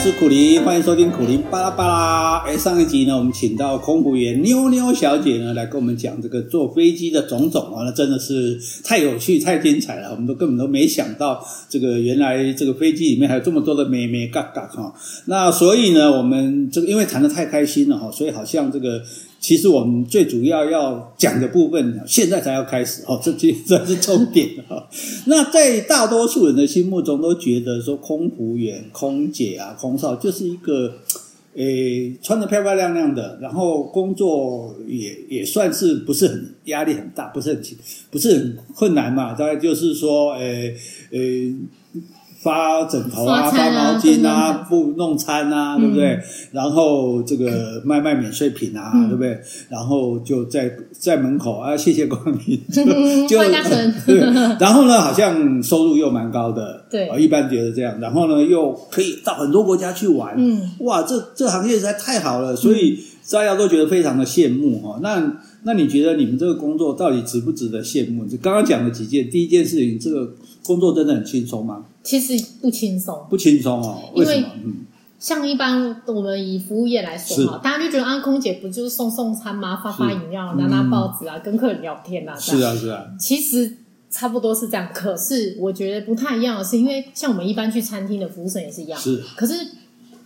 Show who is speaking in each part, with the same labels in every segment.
Speaker 1: 是苦林，欢迎收听苦林巴拉巴拉。哎，上一集呢，我们请到空服员妞妞小姐呢来跟我们讲这个坐飞机的种种啊，那真的是太有趣、太精彩了，我们都根本都没想到这个原来这个飞机里面还有这么多的美美嘎嘎哈。那所以呢，我们这个因为谈的太开心了哈，所以好像这个。其实我们最主要要讲的部分呢，现在才要开始哦，这这这是重点哦。那在大多数人的心目中，都觉得说空服员、空姐啊、空少就是一个，诶、穿的漂漂亮亮的，然后工作也也算是不是很压力很大，不是很不是很困难嘛。大概就是说，诶、诶。发枕头
Speaker 2: 发
Speaker 1: 啊，
Speaker 2: 餐
Speaker 1: 发
Speaker 2: 啊
Speaker 1: 毛巾
Speaker 2: 等
Speaker 1: 啊
Speaker 2: 等，
Speaker 1: 不弄餐啊，
Speaker 2: 嗯
Speaker 1: 对不对？然后这个卖卖免税品啊，
Speaker 2: 嗯
Speaker 1: 对不对？然后就在在门口啊，谢谢光 临，就
Speaker 2: 万家城
Speaker 1: 对。然后呢，好像收入又蛮高的，
Speaker 2: 对
Speaker 1: 啊一般觉得这样。然后呢，又可以到很多国家去玩，
Speaker 2: 嗯，
Speaker 1: 哇，这这行业实在太好了，所以大家都觉得非常的羡慕哈、哦。那那你觉得你们这个工作到底值不值得羡慕？就刚刚讲了几件，第一件事情，这个工作真的很轻松吗？
Speaker 2: 其实不轻松。
Speaker 1: 不轻松哦，
Speaker 2: 因为
Speaker 1: 什么？嗯，
Speaker 2: 像一般我们以服务业来说
Speaker 1: 是
Speaker 2: 哈，大家就觉得啊，空姐不就是送送餐吗？发发
Speaker 1: 是
Speaker 2: 饮料、拿拿报纸啊，跟客人聊天啊，这
Speaker 1: 是
Speaker 2: 样。
Speaker 1: 啊，是啊，
Speaker 2: 其实差不多是这样，可是我觉得不太一样的是，因为像我们一般去餐厅的服务生也是一样，
Speaker 1: 是啊
Speaker 2: 可是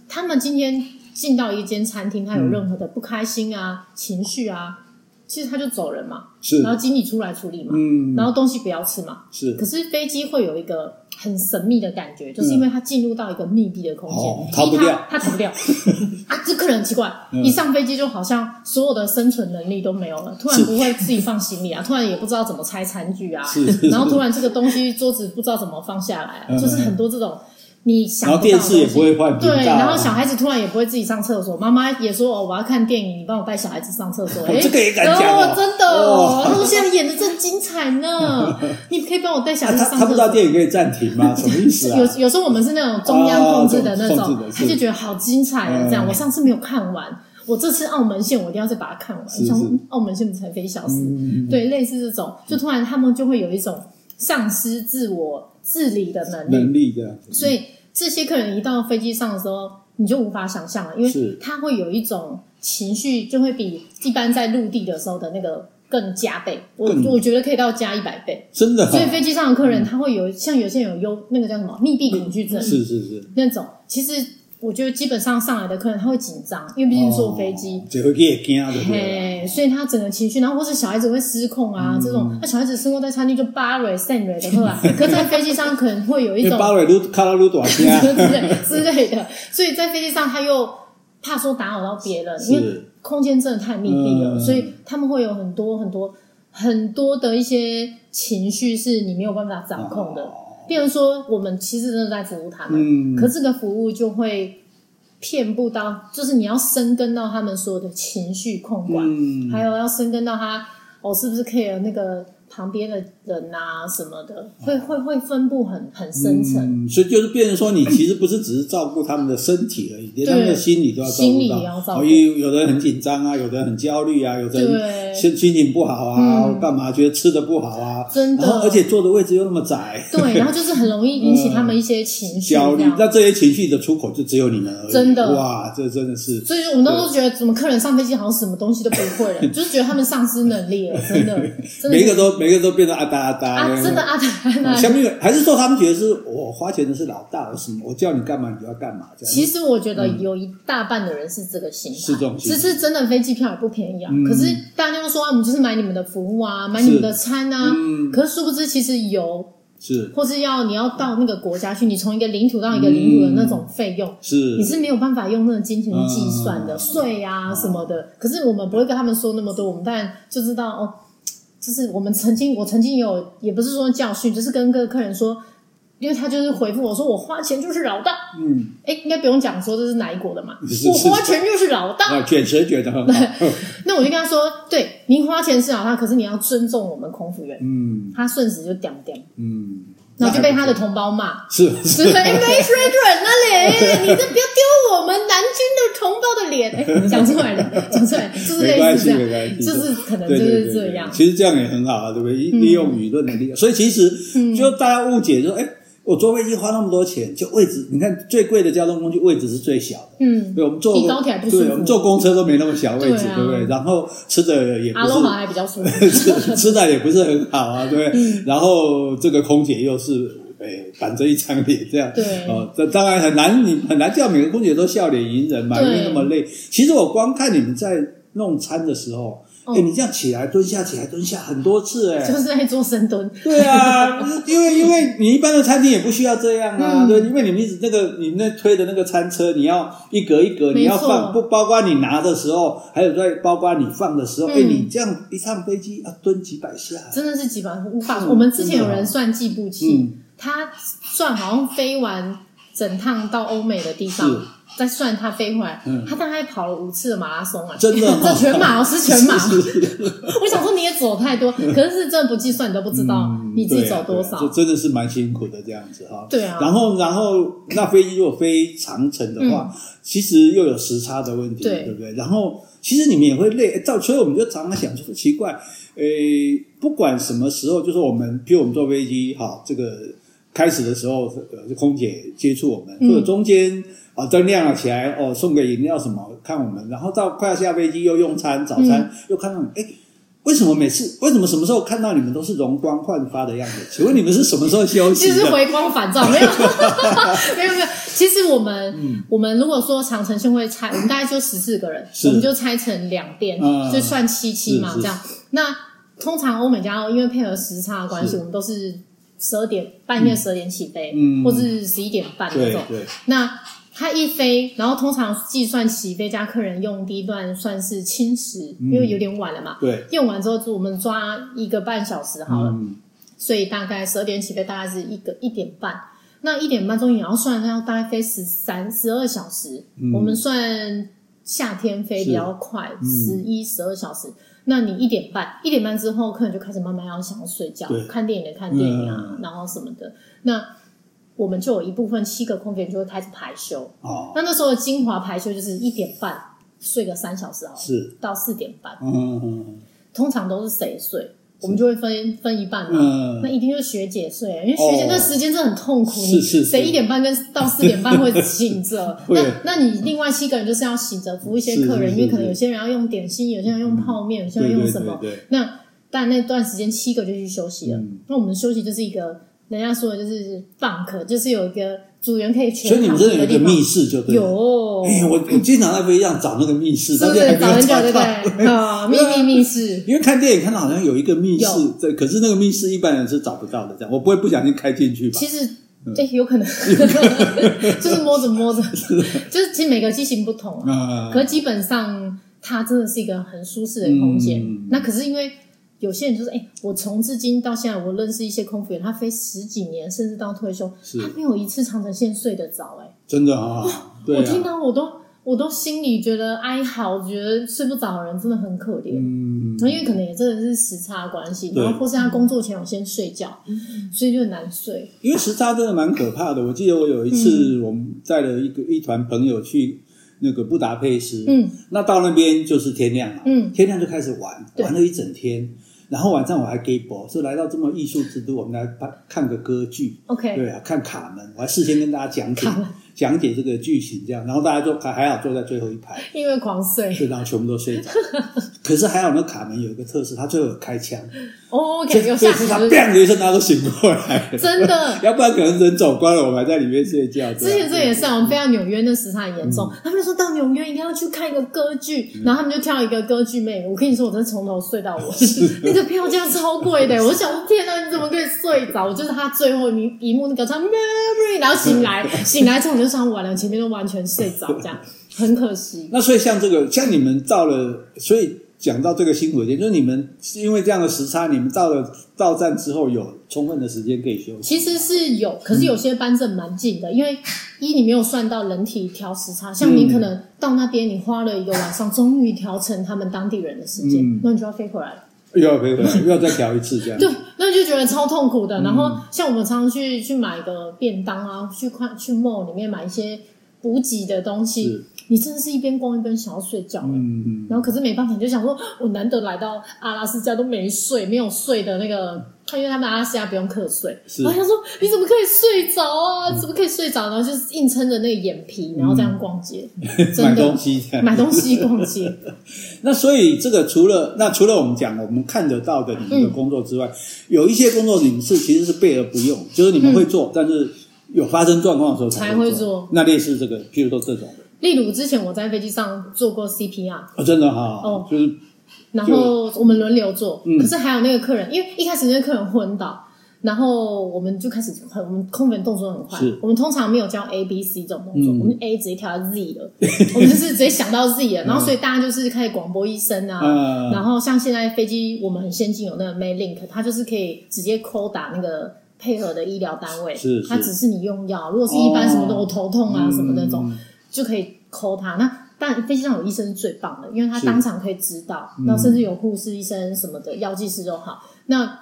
Speaker 2: 他们今天进到一间餐厅，他有任何的不开心啊、情绪啊，其实他就走人嘛，
Speaker 1: 是
Speaker 2: 然，后经理出来处理嘛，
Speaker 1: 嗯，
Speaker 2: 然后东西不要吃嘛，
Speaker 1: 是
Speaker 2: 可是飞机会有一个很神秘的感觉，就是因为它进入到一个密闭的空间，
Speaker 1: 哦
Speaker 2: 因为
Speaker 1: 逃不掉
Speaker 2: 它它逃不掉。 啊，这客人很奇怪，
Speaker 1: 嗯
Speaker 2: 一上飞机就好像所有的生存能力都没有了，突然
Speaker 1: 是
Speaker 2: 不会自己放行 李啊，突然也不知道怎么拆餐具啊
Speaker 1: 是是，是
Speaker 2: 然后突然这个东西桌子不知道怎么放下来、
Speaker 1: 嗯
Speaker 2: 啊，就是很多这种你想
Speaker 1: 然
Speaker 2: 不
Speaker 1: 后
Speaker 2: 到的东
Speaker 1: 电
Speaker 2: 西。
Speaker 1: 视也不会换频道啊，
Speaker 2: 对，然后小孩子突然也不会自己上厕所，妈妈也说哦，我要看电影，你帮我带小孩子上厕所。
Speaker 1: 哦
Speaker 2: 哎、
Speaker 1: 这个也敢讲哦
Speaker 2: 哦，真的
Speaker 1: 哦
Speaker 2: 哦，他说现在演的真精彩 呢，你可以帮我带小
Speaker 1: 啊
Speaker 2: 孩子
Speaker 1: 他
Speaker 2: 上厕所。
Speaker 1: 他不知道电影可以暂停 吗？什么意思啊？
Speaker 2: 有有时候我们是那种中央控制的那
Speaker 1: 哦
Speaker 2: 种，
Speaker 1: 控制的是
Speaker 2: 他就觉得好精彩啊！这样，
Speaker 1: 嗯
Speaker 2: 我上次没有看完，我这次澳门线我一定要再把它看完。
Speaker 1: 是
Speaker 2: 像
Speaker 1: 是
Speaker 2: 澳门线不才飞一小时，
Speaker 1: 嗯，
Speaker 2: 对，类似这种，就突然他们就会有一种丧失自我自理的能力，
Speaker 1: 能力的，
Speaker 2: 所以这些客人一到飞机上的时候，你就无法想象了，因
Speaker 1: 是
Speaker 2: 为他会有一种情绪，就会比一般在陆地的时候的那个更加倍。我
Speaker 1: 更
Speaker 2: 我觉得可以到加一百倍。
Speaker 1: 真的哦，
Speaker 2: 所以飞机上的客人他会有像有些人有忧那个叫什么密闭恐惧症
Speaker 1: 是是是，
Speaker 2: 那种，其实我觉得基本上上来的客人他会紧张，因为毕竟坐飞机。
Speaker 1: 哦，这会也惊的，
Speaker 2: 嘿，所以他整个情绪，然后或是小孩子会失控啊，这
Speaker 1: 嗯
Speaker 2: 种，那小孩子失控在餐厅就巴瑞、散瑞的，对 吧？可在飞机上可能会有一
Speaker 1: 因为
Speaker 2: 种
Speaker 1: 芭蕾都看到都短声
Speaker 2: 之类之类的，所以在飞机上他又怕说打扰到别人，因为
Speaker 1: 是
Speaker 2: 空间真的太密闭了，
Speaker 1: 嗯
Speaker 2: 所以他们会有很多很多很多的一些情绪是你没有办法掌控的。
Speaker 1: 哦
Speaker 2: 比如说，我们其实真的在服务他们，
Speaker 1: 嗯，
Speaker 2: 可这个服务就会遍布到，就是你要深耕到他们所有的情绪控管，
Speaker 1: 嗯
Speaker 2: 还有要深耕到他哦，是不是 care 那个旁边的人啊什么的，会会会分布很很深层。
Speaker 1: 嗯，所以就是变成说，你其实不是只是照顾他们的身体而已，连他们的心理都要照
Speaker 2: 心理
Speaker 1: 顾
Speaker 2: 也
Speaker 1: 到。
Speaker 2: 要照顾
Speaker 1: 哦有有的人很紧张啊，有的人很焦虑啊，有的人
Speaker 2: 对
Speaker 1: 心心情不好啊，
Speaker 2: 嗯
Speaker 1: 干嘛觉得吃的不好啊，
Speaker 2: 真的
Speaker 1: 然后而且坐的位置又那么窄，
Speaker 2: 对，然后就是很容易引起他们一些情绪，
Speaker 1: 焦
Speaker 2: 这
Speaker 1: 虑，
Speaker 2: 样。
Speaker 1: 那这些情绪的出口就只有你们而已。
Speaker 2: 真的
Speaker 1: 哇，这真的是
Speaker 2: 所以我们都觉得，怎么客人上飞机好像什么东西都不会了，就是觉得他们丧失能 力了，真的，真的
Speaker 1: 每一个都每一个都变得啊哒啊哒
Speaker 2: 啊，真的啊，当
Speaker 1: 哦
Speaker 2: 然
Speaker 1: 下面有还是说他们觉得是我花钱的是老大，我什么我叫你干嘛你就要干嘛这样。
Speaker 2: 其实我觉得有一大半的人是这个心态，
Speaker 1: 嗯是这种心
Speaker 2: 只
Speaker 1: 态嗯
Speaker 2: 是真的飞机票也不便宜啊。可是大家都说啊，我们就是买你们的服务啊，买
Speaker 1: 是
Speaker 2: 你们的餐啊。
Speaker 1: 嗯
Speaker 2: 可是殊不知，其实油
Speaker 1: 是
Speaker 2: 或是要你要到那个国家去，你从一个领土到一个领
Speaker 1: 嗯
Speaker 2: 土的那种费用，
Speaker 1: 是
Speaker 2: 你是没有办法用那个金钱计算的，
Speaker 1: 嗯
Speaker 2: 税啊什么的。可是我们不会跟他们说那么多，我们当然就知道哦，就是我们曾经我曾经有也不是说教训，就是跟各个客人说，因为他就是回复我说我花钱就是老大。
Speaker 1: 嗯，
Speaker 2: 哎，应该不用讲说这是哪一国的嘛
Speaker 1: 是是，
Speaker 2: 我花钱就是老大。
Speaker 1: 那卷舌觉得很好，
Speaker 2: 那我就跟他说，对，您花钱是老大，可是你要尊重我们空服员。
Speaker 1: 嗯
Speaker 2: 他瞬时就屌屌，
Speaker 1: 嗯，
Speaker 2: 然后就被他的同胞骂，
Speaker 1: 是
Speaker 2: 就是是哎没水准 了嘞，你这不要丢我们南京的同胞的脸，哎，讲出来了，讲出来了， 就是
Speaker 1: 没关
Speaker 2: 类
Speaker 1: 系
Speaker 2: 似这样，
Speaker 1: 没关系，
Speaker 2: 就是可能就
Speaker 1: 对对
Speaker 2: 是
Speaker 1: 对
Speaker 2: 这
Speaker 1: 对
Speaker 2: 样，嗯
Speaker 1: 其实这样也很好啊，对不对？利利用舆论的力量，所以其实就大家误解说，哎。我坐飞机花那么多钱，就位置，你看最贵的交通工具位置是最小的。
Speaker 2: 嗯，
Speaker 1: 对，我们坐
Speaker 2: 比高铁还不舒服
Speaker 1: 对，我们坐公车都没那么小位置，
Speaker 2: 对啊
Speaker 1: 对不对？然后吃的也不
Speaker 2: 阿罗马
Speaker 1: 是
Speaker 2: 还比较 舒服。
Speaker 1: 吃吃的也不是很好啊，对不
Speaker 2: 嗯
Speaker 1: 对？然后这个空姐又是诶板着一张脸这样，
Speaker 2: 对
Speaker 1: 哦，这当然很难，你很难叫每个空姐都笑脸迎人嘛，因
Speaker 2: 对
Speaker 1: 为那么累。其实我光看你们在弄餐的时候，哎、
Speaker 2: 嗯
Speaker 1: 你这样起来蹲下起来蹲下很多次哎、
Speaker 2: 就是在做深蹲，
Speaker 1: 对啊，因为因为你一般的餐厅也不需要这样啊，
Speaker 2: 嗯
Speaker 1: 对，因为你们一直那个你那推的那个餐车，你要一格一格，
Speaker 2: 没错
Speaker 1: 你要放，不包括你拿的时候，还有在包括你放的时候，哎、
Speaker 2: 嗯
Speaker 1: 你这样一趟飞机要蹲几百下，
Speaker 2: 真的是几百无法。
Speaker 1: 嗯
Speaker 2: 我们之前有人算计步器，
Speaker 1: 嗯，
Speaker 2: 他算好像飞完整趟到欧美的地
Speaker 1: 是
Speaker 2: 方，再算他飞回来
Speaker 1: 嗯，
Speaker 2: 他大概跑了五次的马拉松啊，
Speaker 1: 真的哦
Speaker 2: 这全马哦，是全马。
Speaker 1: 是是是
Speaker 2: 我想说你也走太多，可是真的不计算，你都不知道
Speaker 1: 嗯
Speaker 2: 你自己
Speaker 1: 对啊
Speaker 2: 走多
Speaker 1: 对啊
Speaker 2: 少
Speaker 1: 这。真的是蛮辛苦的这样子哈。
Speaker 2: 对啊
Speaker 1: 然后然后那飞机如果飞长程的话，其实又有时差的问题，
Speaker 2: 嗯对
Speaker 1: 不对？然后其实你们也会累，到所以我们就常常想说奇怪，诶，不管什么时候，就是我们，比如我们坐飞机，哈，这个开始的时候，呃，空姐接触我们，
Speaker 2: 嗯
Speaker 1: 或者中间。啊，灯亮了起来，哦，送个饮料什么，看我们，然后到快要下飞机又用餐，早
Speaker 2: 嗯
Speaker 1: 餐、又看到你，哎，为什么每次为什么什么时候看到你们都是容光焕发的样 子？请问你们是什么时候休息
Speaker 2: 其实
Speaker 1: 的？
Speaker 2: 回光返照，没 有， 没有，没有。其实我们、
Speaker 1: 嗯
Speaker 2: 我们如果说长城线会拆，我们大概就十四个人，
Speaker 1: 是
Speaker 2: 我们就拆成两边，
Speaker 1: 嗯
Speaker 2: 就算七七嘛
Speaker 1: 是，是
Speaker 2: 这样。那通常欧美加因为配合时差的关系，
Speaker 1: 是
Speaker 2: 我们都是十二点半夜十二点起飞，
Speaker 1: 嗯
Speaker 2: 或是十一点半那
Speaker 1: 对
Speaker 2: 种。
Speaker 1: 对，
Speaker 2: 那它一飞，然后通常计算起飞加客人用第一段算是轻食，因为有点晚了嘛。
Speaker 1: 对
Speaker 2: 用完之后，我们抓一个半小时好了，
Speaker 1: 嗯，
Speaker 2: 所以大概十二点起飞，大概是一个一点半。那一点半钟也要算，要大概飞十三、十二小时。
Speaker 1: 嗯
Speaker 2: 我们算夏天飞比较快，十一、十二小时。那你一点半，一点半之后，客人就开始慢慢要想要睡觉
Speaker 1: 对，
Speaker 2: 看电影的看电影啊，
Speaker 1: 嗯
Speaker 2: 然后什么的。那我们就有一部分七个空姐就会开始排休。
Speaker 1: 哦，
Speaker 2: 那那时候的精华排休就是一点半睡个三小时好了，
Speaker 1: 是，
Speaker 2: 到四点半，
Speaker 1: 嗯
Speaker 2: 通常都是谁睡，我们就会分分一半嘛。那
Speaker 1: 嗯，
Speaker 2: 一定就是学姐睡，啊因为学姐那时间真的很痛苦，
Speaker 1: 哦
Speaker 2: 你
Speaker 1: 是是是
Speaker 2: 谁一点半跟到四点半会醒
Speaker 1: ？
Speaker 2: 着
Speaker 1: 会
Speaker 2: 那那你另外七个人就是要醒着服务一些客
Speaker 1: 是是
Speaker 2: 人，
Speaker 1: 是嗯
Speaker 2: 因为可能有些人要用点心，有些人要用泡面，有些人要用什么？
Speaker 1: 对对对对
Speaker 2: 那但那段时间七个就去休息了
Speaker 1: 嗯。
Speaker 2: 那我们休息就是一个人家说的就是 bunk，就是有一个组员可以全
Speaker 1: 所以你们真的有一
Speaker 2: 地
Speaker 1: 个
Speaker 2: 方
Speaker 1: 密室就对了。
Speaker 2: 有，
Speaker 1: 哎，我我经常在飞机上找那个密室，
Speaker 2: 是
Speaker 1: 到
Speaker 2: 不
Speaker 1: 现在
Speaker 2: 是
Speaker 1: 还没
Speaker 2: 找很
Speaker 1: 有
Speaker 2: 久
Speaker 1: 找
Speaker 2: 对
Speaker 1: 到。
Speaker 2: 不对？啊，秘密密室。
Speaker 1: 因为看电影看到好像有一个密室
Speaker 2: 有，
Speaker 1: 对，可是那个密室一般人是找不到的，这样我不会不小心开进去吧？嗯
Speaker 2: 其实，哎、有 可能， 就是摸着摸着，就是其实每个机型不同啊。
Speaker 1: 啊，
Speaker 2: 可基本上，它真的是一个很舒适的空间。
Speaker 1: 嗯
Speaker 2: 那可是因为有些人就是，哎、我从至今到现在，我认识一些空服员，他飞十几年，甚至到退休，
Speaker 1: 是
Speaker 2: 他没有一次长城线睡得着、哎、
Speaker 1: 真的啊，对
Speaker 2: 我听
Speaker 1: 啊，
Speaker 2: 到我都我都心里觉得哀嚎，我觉得睡不着的人真的很可怜。
Speaker 1: 嗯，
Speaker 2: 因为可能也真的是时差关系，
Speaker 1: 对嗯
Speaker 2: 然后或是他工作前有先睡觉，所以就很难睡。
Speaker 1: 因为时差真的蛮可怕的。我记得我有一次，
Speaker 2: 嗯
Speaker 1: 我们带了一个一团朋友去那个布达佩斯，
Speaker 2: 嗯，
Speaker 1: 那到那边就是天亮了，
Speaker 2: 嗯
Speaker 1: 天亮就开始玩，
Speaker 2: 对
Speaker 1: 玩了一整天。然后晚上我还 gay 博，说来到这么艺术之都，我们来看看个歌剧。
Speaker 2: OK，
Speaker 1: 对啊，看卡门，我还事先跟大家讲解
Speaker 2: 卡门
Speaker 1: 讲解这个剧情，这样，然后大家就还还好坐在最后一排，
Speaker 2: 因为狂睡。
Speaker 1: 就然后全部 都睡着。可是还好，那卡门有一个特色，他最后有开枪，
Speaker 2: 哦
Speaker 1: 所
Speaker 2: ，OK，
Speaker 1: 以
Speaker 2: 有
Speaker 1: 所
Speaker 2: 下
Speaker 1: 以是他
Speaker 2: 集
Speaker 1: 砰的一声，大家都醒过来了。
Speaker 2: 真的。
Speaker 1: 要不然可能人走光了，我们还在里面睡觉。样
Speaker 2: 之前这也是啊，我们飞到纽约那时差很严重，他们就说到纽约一定要去看一个歌剧，
Speaker 1: 嗯
Speaker 2: 然后他们就挑一个歌剧妹。我跟你说，我真的从头睡到 尾，那个票价超贵的。我想，天哪，你怎么可以睡着？我就是他最后一一幕那个唱 Memory，然后醒来，醒来之后我就想完了，前面都完全睡着，这样很可惜。
Speaker 1: 那所以像这个，像你们到了，所以讲到这个辛苦一点，就是你们是因为这样的时差，你们到了到站之后有充分的时间可以休息。
Speaker 2: 其实是有，可
Speaker 1: 嗯
Speaker 2: 是有些班证蛮近的，因为一你没有算到人体调时差，像你可
Speaker 1: 嗯
Speaker 2: 能到那边你花了一个晚上，终于调成他们当地人的时间，
Speaker 1: 嗯
Speaker 2: 那你就要飞回来了。
Speaker 1: 又要回来，又要再调一次这样。
Speaker 2: 对，那你就觉得超痛苦
Speaker 1: 嗯
Speaker 2: 的。然后像我们常常去去买个便当啊，去看去 mall 里面买一些补给的东
Speaker 1: 是
Speaker 2: 西，你真的是一边逛一边想要睡觉、
Speaker 1: 嗯，
Speaker 2: 然后可是没办法，你就想说，我难得来到阿拉斯加都没睡，没有睡的那个他因为他们阿西亚不用课税，
Speaker 1: 是
Speaker 2: 然后他说你怎么可以睡着啊？怎么可以睡着？然后就是硬撑着那个眼皮，然后这样逛街，
Speaker 1: 嗯买
Speaker 2: 真
Speaker 1: 东
Speaker 2: 的
Speaker 1: 西这样。
Speaker 2: 买东西逛街，
Speaker 1: 那所以这个除了那除了我们讲我们看得到的你们的工作之外，
Speaker 2: 嗯
Speaker 1: 有一些工作你们是其实是备而不用，就是你们会做，但是有发生状况的时候
Speaker 2: 嗯才
Speaker 1: 会
Speaker 2: 会做
Speaker 1: 那类似这个，譬如说这种，
Speaker 2: 例如之前我在飞机上做过 CPR，
Speaker 1: 哦，真的哈、
Speaker 2: 哦
Speaker 1: 就是
Speaker 2: 然后我们轮流做，
Speaker 1: 嗯
Speaker 2: 可是还有那个客人，因为一开始那个客人昏倒，然后我们就开始很，我们空服员动作很快
Speaker 1: 是，
Speaker 2: 我们通常没有教 A B C 这种动作，
Speaker 1: 嗯
Speaker 2: 我们 A 直接跳到 Z 了，我们就是直接想到 Z 了，然后所以大家就是开始广播医生啊，
Speaker 1: 嗯
Speaker 2: 然后像现在飞机我们很先进，有那个 Maylink，它就是可以直接扣打那个。配合的医疗单位，
Speaker 1: 是是
Speaker 2: 它只是你用药，如果是一般什么的，
Speaker 1: 哦
Speaker 2: 我头痛啊、什么那种，
Speaker 1: 嗯
Speaker 2: 就可以抠他。那但飞机上有医生是最棒的，因为他
Speaker 1: 是
Speaker 2: 当场可以指导，
Speaker 1: 嗯
Speaker 2: 那甚至有护士、医生什么的，药剂师都好。那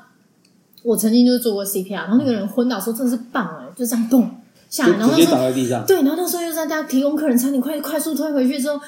Speaker 2: 我曾经就是做过 CPR，然后那个人昏倒的时候真的是棒哎、就这样动下来，然
Speaker 1: 就
Speaker 2: 后那
Speaker 1: 直接
Speaker 2: 时
Speaker 1: 倒
Speaker 2: 候
Speaker 1: 在地上，
Speaker 2: 对，然后那时候又让大家提供客人餐点，快快速推回去之后。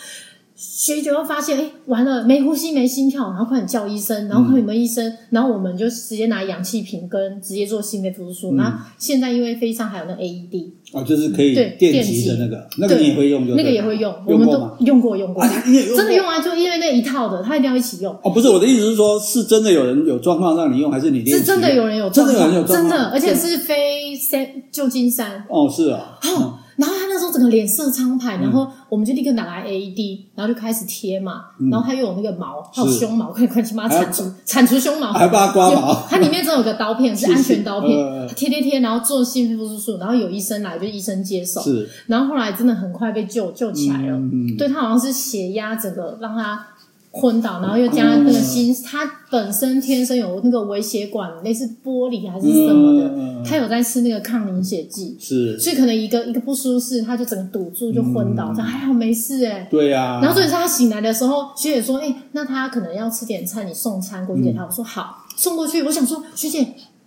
Speaker 2: 学姐又发现，哎、完了，没呼吸，没心跳，然后快点叫医生，然后快点有医生，然后我们就直接拿氧气瓶跟直接做心肺复
Speaker 1: 嗯
Speaker 2: 苏。然后现在因为飞机上还有那 E AED，
Speaker 1: 哦，就是可以
Speaker 2: 对
Speaker 1: 电
Speaker 2: 电
Speaker 1: 击
Speaker 2: 击
Speaker 1: 的那个，那个你也会用就对
Speaker 2: 那
Speaker 1: 了，
Speaker 2: 个也会用，我
Speaker 1: 用
Speaker 2: 们
Speaker 1: 过
Speaker 2: 都
Speaker 1: 吗？
Speaker 2: 用过用过，
Speaker 1: 啊，你也用过
Speaker 2: 真的用啊，就因为那一套的，他一定要一起用。
Speaker 1: 哦，不是我的意思是说，是真的有人有状况让你用，还是你练
Speaker 2: 是
Speaker 1: 习
Speaker 2: 真的有人有
Speaker 1: 真
Speaker 2: 状
Speaker 1: 的
Speaker 2: 况，
Speaker 1: 有人有状
Speaker 2: 真
Speaker 1: 况，
Speaker 2: 的，而且
Speaker 1: 对
Speaker 2: 是飞山旧金山。
Speaker 1: 哦是啊，
Speaker 2: 哦，然后他那时候整个脸色苍白，
Speaker 1: 嗯
Speaker 2: 然后我们就立刻拿来 AED，然后就开始贴嘛，然后他又有那个毛，还有
Speaker 1: 嗯是
Speaker 2: 胸毛，快快去把它铲除，铲除胸毛，
Speaker 1: 还把它刮毛
Speaker 2: 有它里面真的有个刀 片，是
Speaker 1: 是
Speaker 2: 安全刀片
Speaker 1: 呃，
Speaker 2: 贴贴贴，然后做心肺复苏术，然后有医生来，就医生接手，
Speaker 1: 是
Speaker 2: 然后后来真的很快被救救起来了，
Speaker 1: 嗯嗯
Speaker 2: 对他好像是血压整个让他昏倒，
Speaker 1: 嗯
Speaker 2: 然后又加上那个心，他本身天生有那个微血管类似玻璃还是什么的，
Speaker 1: 嗯
Speaker 2: 他有在吃那个抗凝血剂，
Speaker 1: 是，
Speaker 2: 所以可能一个一个不舒适，他就整个堵住就昏
Speaker 1: 嗯
Speaker 2: 倒，这、还好没事哎、
Speaker 1: 对啊呀、
Speaker 2: 然后所以他醒来的时候，学姐说：“哎、那他可能要吃点菜，你送餐过去
Speaker 1: 嗯
Speaker 2: 给他。我说：“好，送过去。”我想说，学姐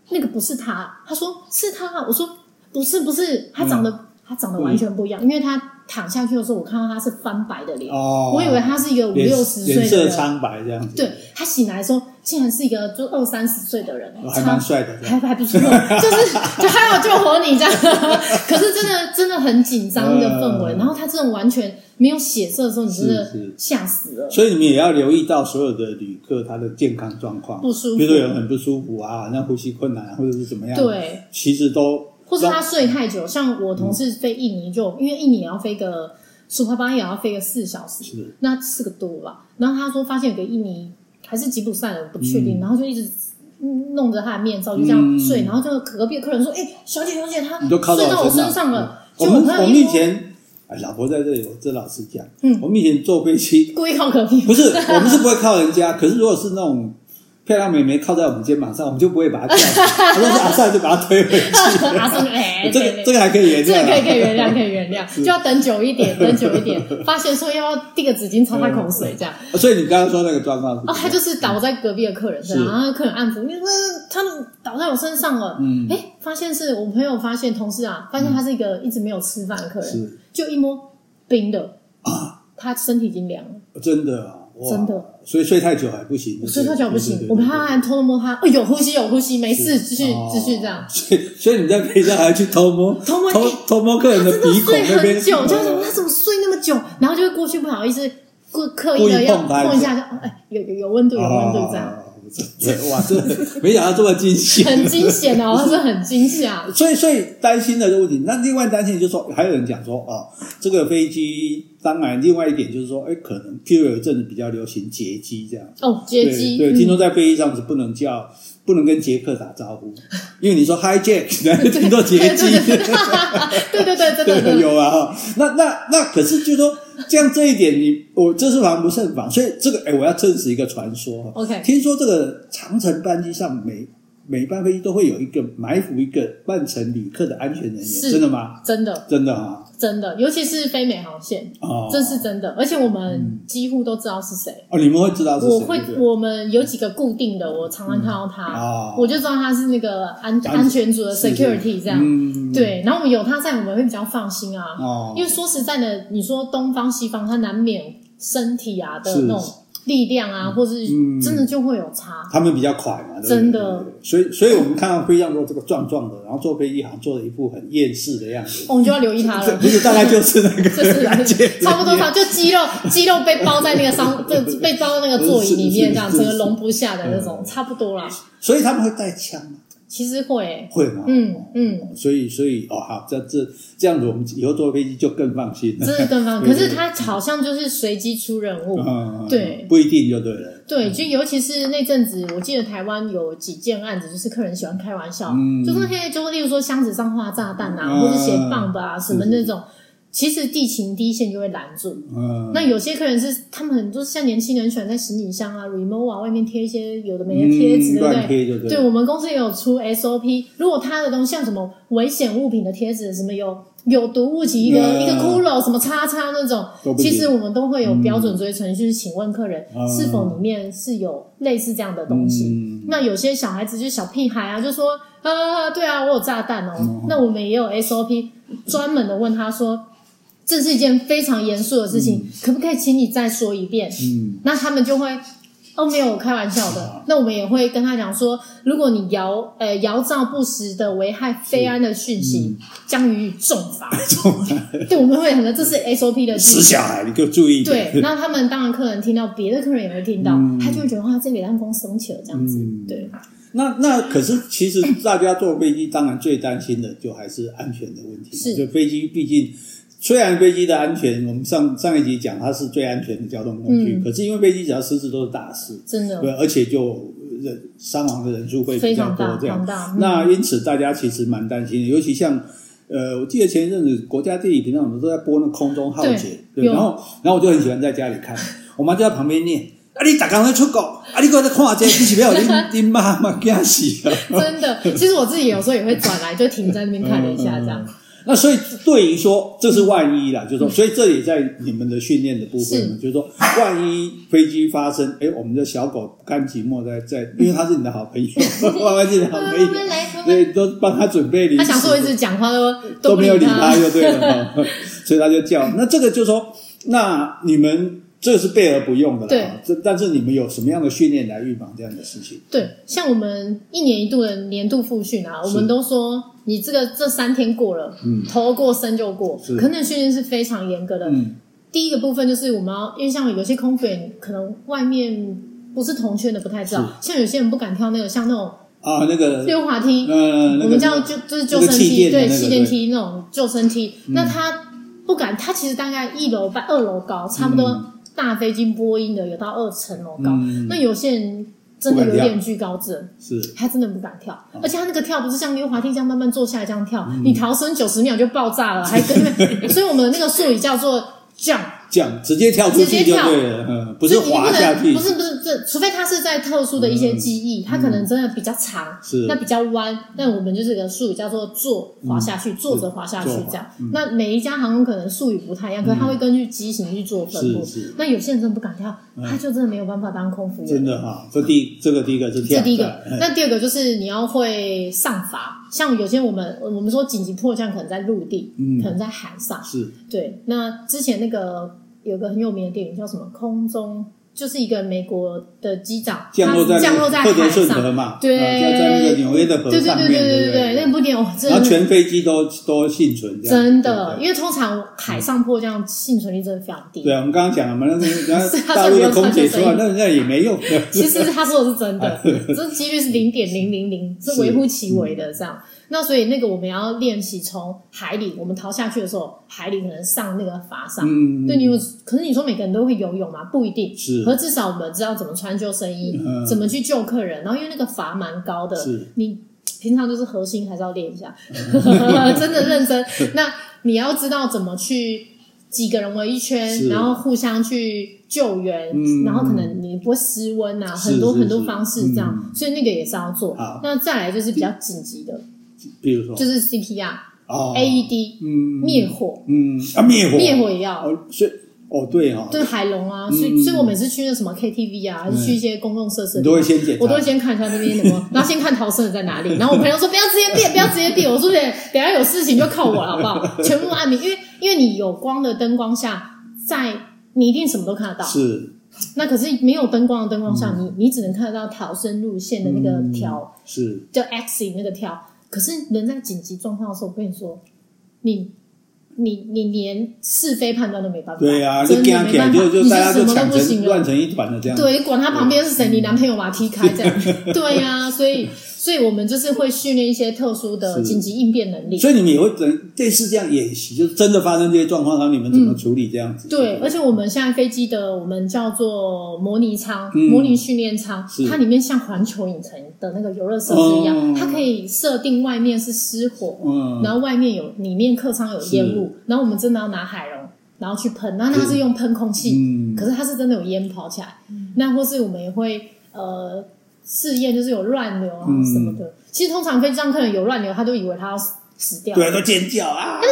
Speaker 2: 那个不是他，他说是他啊。我说：“不是，不是，他长得、
Speaker 1: 嗯
Speaker 2: 他长得完全不一样，因为他躺下去的时候，我看到他是翻白的脸，
Speaker 1: 哦，
Speaker 2: 我以为他是一个五
Speaker 1: 脸
Speaker 2: 六十岁
Speaker 1: 哦脸
Speaker 2: 的
Speaker 1: 色
Speaker 2: 人。”
Speaker 1: 苍白这样子，
Speaker 2: 对他醒来的时候，竟然是一个就二三十岁的人，
Speaker 1: 哦还
Speaker 2: 差
Speaker 1: 蛮帅的这样
Speaker 2: 还还不 错，就是就还有救活你这样。 可是真的真的很紧张的氛围，
Speaker 1: 嗯
Speaker 2: 然后他这种完全没有血色的时候，你真的
Speaker 1: 是是
Speaker 2: 吓死了。
Speaker 1: 所以你们也要留意到所有的旅客他的健康状况，
Speaker 2: 不舒服
Speaker 1: 比如说有人很不舒服啊，好像呼吸困难或者是怎么样，，嗯
Speaker 2: 对，
Speaker 1: 其实都
Speaker 2: 或是他睡太久，像我同事飞印尼就，因为印尼也要飞个暑巴巴也要飞个四小时
Speaker 1: 是，
Speaker 2: 那四个多吧。然后他说发现有个印尼还是吉普赛人，不确
Speaker 1: 嗯
Speaker 2: 定，然后就一直。弄着他的面罩就这样睡，然后就隔壁的客人说：“哎、小姐，小姐，他
Speaker 1: 你都靠
Speaker 2: 睡
Speaker 1: 到
Speaker 2: 到我身
Speaker 1: 身
Speaker 2: 上了。
Speaker 1: 嗯我
Speaker 2: 结果
Speaker 1: 们
Speaker 2: 他
Speaker 1: 我
Speaker 2: 一
Speaker 1: 们以
Speaker 2: 摸
Speaker 1: 前，哎，老婆在这里，我这老实讲，
Speaker 2: 嗯
Speaker 1: 我们以前坐飞机
Speaker 2: 故意靠隔壁，
Speaker 1: 不是，我们是不会靠人家。可是如果是那种漂亮美眉靠在我们肩膀上，我们就不会把她叫醒，如果是阿善就把她推回去。
Speaker 2: 阿松哎，
Speaker 1: 这
Speaker 2: 对
Speaker 1: 个
Speaker 2: 对
Speaker 1: 这个还可以原
Speaker 2: 这个
Speaker 1: 谅
Speaker 2: 可以
Speaker 1: 啊，
Speaker 2: 可以原谅，可以原谅，就要等久一点，等久一点，发现说要递个纸巾擦擦口水这样。
Speaker 1: 啊所以你刚刚说那个状况是
Speaker 2: 哦，他
Speaker 1: 怎么样
Speaker 2: 就是倒在隔壁的客人身上，
Speaker 1: 是
Speaker 2: 然后客人按抚，那他倒在我身上了。
Speaker 1: 嗯
Speaker 2: 哎，发现是我朋友发现同事啊，发现他是一个一直没有吃饭的客
Speaker 1: 是
Speaker 2: 人，就一摸冰的他身体已经凉了，
Speaker 1: 啊真的啊，哇
Speaker 2: 真的，
Speaker 1: 所以睡太久还不行，
Speaker 2: 所以他脚不行
Speaker 1: 对。
Speaker 2: 我们他还偷摸他，哦，有呼吸有呼吸，没事，继续
Speaker 1: 哦
Speaker 2: 继续这样。
Speaker 1: 所以所以你在飞机上还去偷摸
Speaker 2: 偷摸
Speaker 1: 偷
Speaker 2: 哎
Speaker 1: 偷摸客人
Speaker 2: 他
Speaker 1: 的
Speaker 2: 真的
Speaker 1: 鼻孔
Speaker 2: 睡
Speaker 1: 那边，哦
Speaker 2: 很久，就想他怎么睡那么久，然后就会过去不好意思，故刻意
Speaker 1: 故
Speaker 2: 的
Speaker 1: 意
Speaker 2: 要
Speaker 1: 碰他一
Speaker 2: 碰一下，就哦哎有有有温度有温度这样，
Speaker 1: 哦这 哇，这没想到这么惊喜。
Speaker 2: 很惊险哦，是很惊吓。
Speaker 1: 所以，所以担心的这个问题，那另外担心就是说，还有人讲说，哦，这个飞机，当然另外一点就是说，哎，可能譬如有一阵子比较流行劫机这样，
Speaker 2: 哦，接机，嗯
Speaker 1: 对对，听说在飞机上是不能叫，不能跟杰克打招呼，因为你说 Hi Jack，然后听说劫机，
Speaker 2: 对对对 对，真的真
Speaker 1: 对，
Speaker 2: 的
Speaker 1: 有啊，哈那那那可是就是说，这样这一点你我这是防不胜防，所以这个哎，我要证实一个传说哈
Speaker 2: OK
Speaker 1: 听说这个长城班机上每每班飞机都会有一个埋伏一个扮成旅客的安全人员，
Speaker 2: 是
Speaker 1: 真的吗？
Speaker 2: 真的
Speaker 1: 真的啊，
Speaker 2: 真的，尤其是非美航线，
Speaker 1: 哦，
Speaker 2: 这是真的，而且我们几乎都知道是谁。
Speaker 1: 哦，你们会知道是谁？
Speaker 2: 我会
Speaker 1: 对不，对
Speaker 2: 我们有几个固定的，我常常看到
Speaker 1: 哦
Speaker 2: 他，我就知道他是那个安
Speaker 1: 全
Speaker 2: 安全组的
Speaker 1: 是是
Speaker 2: security 这样。
Speaker 1: 嗯，
Speaker 2: 对，然后我们有他在，我们会比较放心啊。
Speaker 1: 哦
Speaker 2: 因为说实在的，你说东方西方，它难免身体啊的
Speaker 1: 是嗯
Speaker 2: 那种力量啊，或是真的就会有差。
Speaker 1: 他们比较快嘛，对不对
Speaker 2: 真的
Speaker 1: 对所以所以我们看到飞机上做这个壮壮的，然后坐飞机好像做了一副很厌世的样子，
Speaker 2: 我们哦就要留意他
Speaker 1: 这
Speaker 2: 了
Speaker 1: 不。是大概就是那个
Speaker 2: 就是
Speaker 1: 感觉，
Speaker 2: 差不多吧，就肌肉肌肉被包在那个伤，被被包在那个座椅里面，这样
Speaker 1: 是嗯
Speaker 2: 整
Speaker 1: 是
Speaker 2: 个容不下的那种，差不多啦。
Speaker 1: 所以他们会带枪吗？
Speaker 2: 其实会，
Speaker 1: 会吗？
Speaker 2: 嗯嗯，
Speaker 1: 所以所以哦好，这这这样子，我们以后坐飞机就更放心了。
Speaker 2: 这是更方便。可是他好像就是随机出人物，
Speaker 1: 嗯，
Speaker 2: 对
Speaker 1: 不一定就对了。
Speaker 2: 对，就尤其是那阵子，我记得台湾有几件案子，就是客人喜欢开玩笑，
Speaker 1: 嗯
Speaker 2: 就是那些，就是例如说箱子上画炸弹啊，
Speaker 1: 嗯
Speaker 2: 或是写棒的啊，什么
Speaker 1: 是
Speaker 2: 那种，其实地勤第一线就会拦住。
Speaker 1: 嗯，
Speaker 2: 那有些客人是他们很多像年轻人喜欢在行李箱啊、remote 啊外面贴一些有的没的贴纸，
Speaker 1: 嗯
Speaker 2: 对不对？
Speaker 1: 乱贴就对
Speaker 2: 对
Speaker 1: 了。
Speaker 2: 我们公司也有出 SOP，如果他的东西像什么危险物品的贴纸，什么有有毒物体一个、
Speaker 1: 嗯
Speaker 2: 一个骷髅，什么叉叉那种
Speaker 1: 都，不行
Speaker 2: 其实我们都会有标准追程序，请问客人、
Speaker 1: 嗯
Speaker 2: 是否里面是有类似这样的东西。
Speaker 1: 嗯，
Speaker 2: 那有些小孩子就是小屁孩啊，就说啊，对啊，我有炸弹哦。
Speaker 1: 嗯
Speaker 2: 那我们也有 SOP 专门的问他说，这是一件非常严肃的事情，可不可以请你再说一遍？
Speaker 1: 嗯，
Speaker 2: 那他们就会。哦，没有，我开玩笑的。那我们也会跟他讲说，如果你谣呃谣造不实的危害非安的讯
Speaker 1: 嗯
Speaker 2: 息，将予重罚。 对，我们会很多，这是 SOP 的精
Speaker 1: 死
Speaker 2: 神
Speaker 1: 小啊孩，你给我注意一点。
Speaker 2: 对，那他们当然客人听到，别的客人也会听到，他就会觉得哇，这给他公司松起了这样子。
Speaker 1: 嗯
Speaker 2: 对，
Speaker 1: 那那可是，其实大家坐飞机，当然最担心的就还是安全的问题嘛。
Speaker 2: 是
Speaker 1: 就飞机毕竟，虽然飞机的安全，我们上上一集讲它是最安全的交通工具，
Speaker 2: 嗯
Speaker 1: 可是因为飞机只要失事都是大事，
Speaker 2: 真的
Speaker 1: 对，而且就人伤亡的人数会
Speaker 2: 非
Speaker 1: 比较
Speaker 2: 常
Speaker 1: 多
Speaker 2: 大，
Speaker 1: 这样
Speaker 2: 庞。大。嗯
Speaker 1: 那因此大家其实蛮担心的，尤其像呃，我记得前一阵子国家地理频道我们都在播那空中浩劫，
Speaker 2: 对
Speaker 1: 对，
Speaker 2: 有
Speaker 1: 然后然后我就很喜欢在家里看，我妈就在旁边念。啊！你打刚才出国，啊！你搁在看这，你是不要 你你妈妈惊死啊！
Speaker 2: 真 的，其实我自己有时候也会转来，就停在那边看了一
Speaker 1: 嗯
Speaker 2: 下，这样。
Speaker 1: 那所以对于说这是万一啦，就是
Speaker 2: 嗯
Speaker 1: 说，所以这也在你们的训练的部分嘛，就是说，万一飞机发生，哎，我们的小狗不甘寂寞在在，因为它是你的好 朋友，万万是你的好朋友，
Speaker 2: 来，他
Speaker 1: 嗯所以都帮他准备零食。
Speaker 2: 他想说一直讲话都
Speaker 1: 都
Speaker 2: 不
Speaker 1: 没有理
Speaker 2: 他
Speaker 1: 他，就对了， 哈所以他就叫。那这个就说，那你们这是备而不用的
Speaker 2: 对
Speaker 1: 了，哈这但是你们有什么样的训练来预防这样的事情？
Speaker 2: 对，像我们一年一度的年度复训啊，我
Speaker 1: 是嗯
Speaker 2: 们都说你这个这三天过了，头过身就过，
Speaker 1: 是
Speaker 2: 可能训练是非常严格的。
Speaker 1: 嗯
Speaker 2: 第一个部分就是我们要，因为像有些空服员可能外面不是同圈的不太知道，像有些人不敢跳那个像那种
Speaker 1: 啊，那个，
Speaker 2: 溜滑梯，
Speaker 1: 呃，那个
Speaker 2: 我们叫就就是救
Speaker 1: 那个
Speaker 2: 生
Speaker 1: 气
Speaker 2: 梯，
Speaker 1: 垫的
Speaker 2: 对
Speaker 1: 那个嗯
Speaker 2: 气垫梯那种救生梯。那他不敢，他其实大概一楼半、二楼高，差不多大飞机波音的有到二层楼高
Speaker 1: 嗯。
Speaker 2: 那有些人真的有点惧高症，
Speaker 1: 是
Speaker 2: 他真的不敢跳，
Speaker 1: 嗯
Speaker 2: 而且他那个跳不是像溜滑梯这样慢慢坐下来这样跳，你逃生九十秒就爆炸了，还跟 那，所以我们的那个术语叫做 jump。
Speaker 1: 这样直接跳出去
Speaker 2: 直接
Speaker 1: 就
Speaker 2: 跳
Speaker 1: 对了，嗯，不
Speaker 2: 就是是你
Speaker 1: 滑下去嗯
Speaker 2: 不，能不是不是，这除非他是在特殊的一些记忆，他可能真的比较长，
Speaker 1: 是
Speaker 2: 那比较弯。那我们就是个术语叫做坐滑下去，坐着滑下去
Speaker 1: 坐滑嗯
Speaker 2: 这样。那每一家航空可能术语不太一样，可是他会根据机型去做分布
Speaker 1: 是是。
Speaker 2: 那有些人真的不敢跳，他就真的没有办法当空服员。
Speaker 1: 真的哈。这第这个第一个是嗯
Speaker 2: 这
Speaker 1: 跳，
Speaker 2: 第一个
Speaker 1: 对。
Speaker 2: 那第二个就是你要会上罚，像有些我们我们说紧急迫降可能在陆地，
Speaker 1: 嗯
Speaker 2: 可能在海上，
Speaker 1: 是
Speaker 2: 对，那之前那个有个很有名的电影叫什么《空中》，就是一个美国的机长
Speaker 1: 降落在
Speaker 2: 他降落在
Speaker 1: 那个
Speaker 2: 海
Speaker 1: 德顺河
Speaker 2: 上，
Speaker 1: 嘛，
Speaker 2: 对
Speaker 1: 啊在在那个纽约的河
Speaker 2: 对对
Speaker 1: 上
Speaker 2: 对
Speaker 1: 面，
Speaker 2: 对
Speaker 1: 对
Speaker 2: 对
Speaker 1: 不
Speaker 2: 对，那部电影哇，真
Speaker 1: 然
Speaker 2: 的
Speaker 1: 后
Speaker 2: 是
Speaker 1: 全飞机都都幸存，这样
Speaker 2: 真
Speaker 1: 对
Speaker 2: 的
Speaker 1: 对，
Speaker 2: 因为通常海上迫降幸存率真的非常低。
Speaker 1: 对啊，我们刚刚讲了嘛，那 那
Speaker 2: 是
Speaker 1: 那
Speaker 2: 啊
Speaker 1: 大陆的空姐
Speaker 2: 所以不
Speaker 1: 说
Speaker 2: 要穿救生衣，
Speaker 1: 那那也没 用啊的。
Speaker 2: 其实他说的是真 的，这几率是零点零零零，是微乎
Speaker 1: 嗯
Speaker 2: 其微的这样。那所以那个我们要练习从海里，我们逃下去的时候，海里可能上那个筏上，
Speaker 1: 嗯，
Speaker 2: 对，你有，可是你说每个人都会游泳吗？不一定，
Speaker 1: 是
Speaker 2: 可至少我们知道怎么穿救生衣，
Speaker 1: 嗯
Speaker 2: 怎么去救客人。然后因为那个罚蛮高的
Speaker 1: 是，
Speaker 2: 你平常就是核心还是要练一下，
Speaker 1: 嗯
Speaker 2: 真的认真。那你要知道怎么去几个人围一圈，
Speaker 1: 是
Speaker 2: 然后互相去救援，
Speaker 1: 嗯
Speaker 2: 然后可能你不会失温啊，
Speaker 1: 是
Speaker 2: 很多
Speaker 1: 是
Speaker 2: 很多
Speaker 1: 是嗯
Speaker 2: 方式这样，所以那个也是要做
Speaker 1: 好。
Speaker 2: 那再来就是比较紧急的，
Speaker 1: 比如说
Speaker 2: 就是 CPR、
Speaker 1: 哦
Speaker 2: AED、
Speaker 1: 嗯
Speaker 2: E 灭火，
Speaker 1: 嗯啊灭火
Speaker 2: 灭火也要。
Speaker 1: 哦，所以哦对哈，
Speaker 2: 对海龙啊，
Speaker 1: 嗯
Speaker 2: 所以、所以我每次去那什么 KTV 啊，还是去一些公共设施的地
Speaker 1: 你都
Speaker 2: 方，
Speaker 1: 会先检查，
Speaker 2: 我都会先看一下那边什么，然后先看逃生的在哪里。然后我朋友说不要直接变，不要直接变，我说等等下有事情就靠我了，好不好？全部按明，因为因为你有光的灯光下，在你一定什么都看得到。
Speaker 1: 是
Speaker 2: 那可是没有灯光的灯光下，你你只能看得到逃生路线的那个
Speaker 1: 嗯
Speaker 2: 条，
Speaker 1: 是
Speaker 2: 叫 exit 那个条。可是人在紧急状况的时候，我跟你说，你你你连是非判断都没办法，
Speaker 1: 对啊，就
Speaker 2: 真的
Speaker 1: 干
Speaker 2: 没
Speaker 1: 起来
Speaker 2: 办法，
Speaker 1: 就就
Speaker 2: 你
Speaker 1: 大
Speaker 2: 是
Speaker 1: 家
Speaker 2: 什
Speaker 1: 就
Speaker 2: 么都
Speaker 1: 抢嗯
Speaker 2: 不
Speaker 1: 成
Speaker 2: 行了
Speaker 1: 乱。成一团了这样。
Speaker 2: 对，管他旁边是谁，你男朋友把他踢开这 样。对呀、所以所以我们就是会训练一些特殊的
Speaker 1: 是
Speaker 2: 紧急应变能力。
Speaker 1: 所以你们也会等类似这样演习，就是真的发生这些状况，然后你们怎么处理这样
Speaker 2: 嗯
Speaker 1: 子？
Speaker 2: 对，而且我们现在飞机的我们叫做模拟舱、
Speaker 1: 嗯
Speaker 2: 模拟训练舱
Speaker 1: 是，
Speaker 2: 它里面像环球影城的那个游乐设施一样，
Speaker 1: 哦
Speaker 2: 它可以设定外面是失火，
Speaker 1: 嗯
Speaker 2: 然后外面有里面客舱有烟雾，然后我们真的要拿海龙，然后去喷，那它是用喷空气，
Speaker 1: 嗯
Speaker 2: 可是它是真的有烟跑起来，那或是我们也会呃试验，就是有乱流啊
Speaker 1: 嗯
Speaker 2: 什么的。其实通常飞机上客人有乱流，他都以为他要死掉，
Speaker 1: 对，都尖叫 啊！
Speaker 2: 这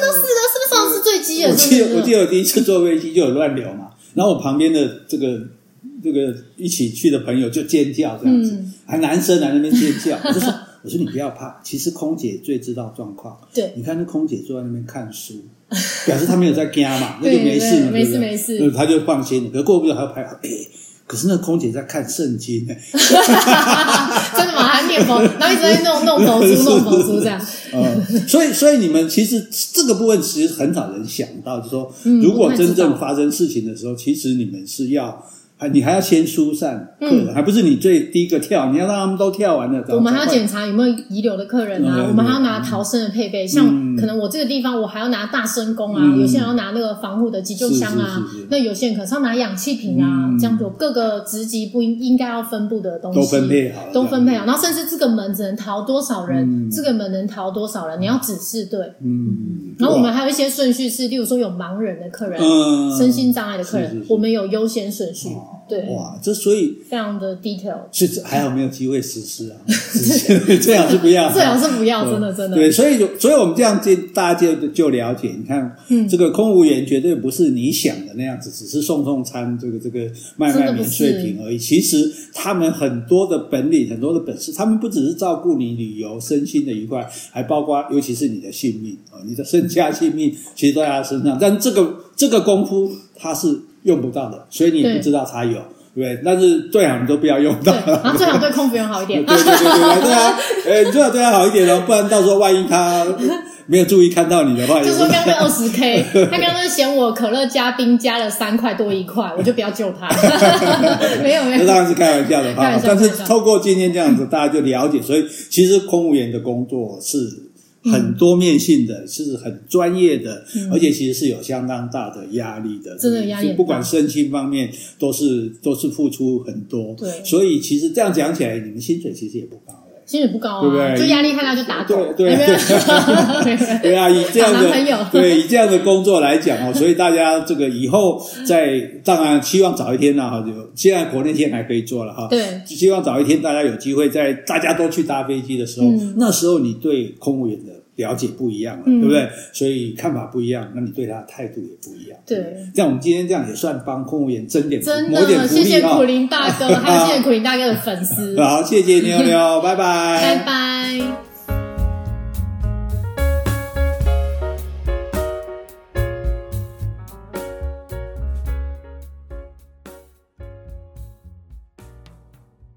Speaker 2: 都死了，是不是上次坠机
Speaker 1: 我
Speaker 2: 了？
Speaker 1: 记
Speaker 2: 是不
Speaker 1: 得
Speaker 2: 是
Speaker 1: 我记得我第一次坐飞机就有乱流嘛，然后我旁边的这个这个一起去的朋友就尖叫这样子，
Speaker 2: 嗯
Speaker 1: 还男生来那边尖叫，我就说我说你不要怕，其实空姐最知道状况，
Speaker 2: 对，
Speaker 1: 你看那空姐坐在那边看书，表示她没有在惊嘛，那就没事
Speaker 2: 对
Speaker 1: 嘛，对不对
Speaker 2: 没事没事
Speaker 1: 对她就放心了。可是过不久还要拍，哎，可是那空姐在看圣经呢，
Speaker 2: 真的吗？还念佛，然后一直在弄弄佛 珠、弄佛珠这样。
Speaker 1: 呃，所以所以你们其实这个部分其实很少人想到，就是说，
Speaker 2: 嗯
Speaker 1: 如果真正发生事情的时候，其实你们是要。还你还要先疏散客人，还不是你最第一个跳，你要让他们都跳完了。
Speaker 2: 嗯我们还要
Speaker 1: 才会
Speaker 2: 检查有没有遗留的客人啊
Speaker 1: 嗯，
Speaker 2: 我们还要拿逃生的配备，像可能我这个地方我还要拿大声弓啊
Speaker 1: 嗯，
Speaker 2: 有些人要拿那个防护的急救箱啊
Speaker 1: 是是是是，
Speaker 2: 那有些人可能是要拿氧气瓶啊
Speaker 1: 嗯，
Speaker 2: 这样有各个职级不应应该要分布的东西
Speaker 1: 都分配好了，
Speaker 2: 都分配啊
Speaker 1: 这样
Speaker 2: 好，然后甚至这个门只能逃多少
Speaker 1: 嗯
Speaker 2: 人，这个门能逃多少人，你要指示对。
Speaker 1: 嗯，
Speaker 2: 然后我们还有一些顺序是，例如说有盲人的客人、
Speaker 1: 嗯
Speaker 2: 身心障碍的客
Speaker 1: 是
Speaker 2: 人
Speaker 1: 是，是哦
Speaker 2: 我们有优先顺序，对，
Speaker 1: 哇，这所以
Speaker 2: 非常的 detail。
Speaker 1: 是还好没有机会实施啊，实施 最好是不要，
Speaker 2: 最好是不要，
Speaker 1: 对
Speaker 2: 真的真的。
Speaker 1: 嗯对，所以就，所以我们这样就大家就就了解，你看，
Speaker 2: 嗯
Speaker 1: 这个空服员绝对不是你想的那样子，只是送送餐，这个这个卖
Speaker 2: 真
Speaker 1: 卖
Speaker 2: 的不
Speaker 1: 免
Speaker 2: 是
Speaker 1: 税品而已。其实他们很多的本领，很多的本事，他们不只是照顾你旅游身心的愉快，还包括尤其是你的性命啊、哦你的身家性命，其实都在他身上。但这个这个功夫他是用不到的，所以你也
Speaker 2: 对
Speaker 1: 不知道他有。对，但是最好你都不要用 到
Speaker 2: 对，。然后最好对空服员好一
Speaker 1: 对对对对
Speaker 2: 点。
Speaker 1: 对对啊！哎，你最好对他好一点哦，不然到时候万一他没有注意看到你的话，也
Speaker 2: 啊就
Speaker 1: 不
Speaker 2: 说刚刚二十 K，他刚刚嫌我可乐加冰加了三块多一块，我就不要救 他。没有没
Speaker 1: 那
Speaker 2: 有，
Speaker 1: 当然是开玩笑的
Speaker 2: 开
Speaker 1: 哈
Speaker 2: 玩。笑
Speaker 1: 但是
Speaker 2: 开玩笑
Speaker 1: 透过今天这样子，大家就了解，所以其实空服员的工作是。
Speaker 2: 嗯
Speaker 1: 很多面性的，是很专业的，而且其实是有相当大的压力的，
Speaker 2: 真的压力很大
Speaker 1: 不管身心方面都是都是付出很多，
Speaker 2: 对
Speaker 1: 所以其实这样讲起来，你们薪水其实也不高哎
Speaker 2: 薪水不高
Speaker 1: 对不
Speaker 2: 啊，
Speaker 1: 对
Speaker 2: 就压力太大就打狗。
Speaker 1: 对对
Speaker 2: 哎没有没 有没有
Speaker 1: 对啊，以这样
Speaker 2: 找男朋友
Speaker 1: 的 对以这样的工作来讲 哦，所以大家这个以后在当然希望早一天呢、哈，就现在国内线还可以做了哈，
Speaker 2: 对，
Speaker 1: 希望早一天大家有机会在大家都去搭飞机的时候，
Speaker 2: 嗯
Speaker 1: 那时候你对空服员的了解不一样了，
Speaker 2: 嗯
Speaker 1: 对不对？所以看法不一样，那你对他的态度也不一样。
Speaker 2: 对，
Speaker 1: 像我们今天这样也算帮空服员争点
Speaker 2: 真
Speaker 1: 谋点
Speaker 2: 的，
Speaker 1: 福利
Speaker 2: 谢谢
Speaker 1: 啊
Speaker 2: 苦
Speaker 1: ，
Speaker 2: 林大哥，还有谢谢苦林大哥的粉丝
Speaker 1: 好，谢谢妞妞，拜拜，
Speaker 2: 拜拜。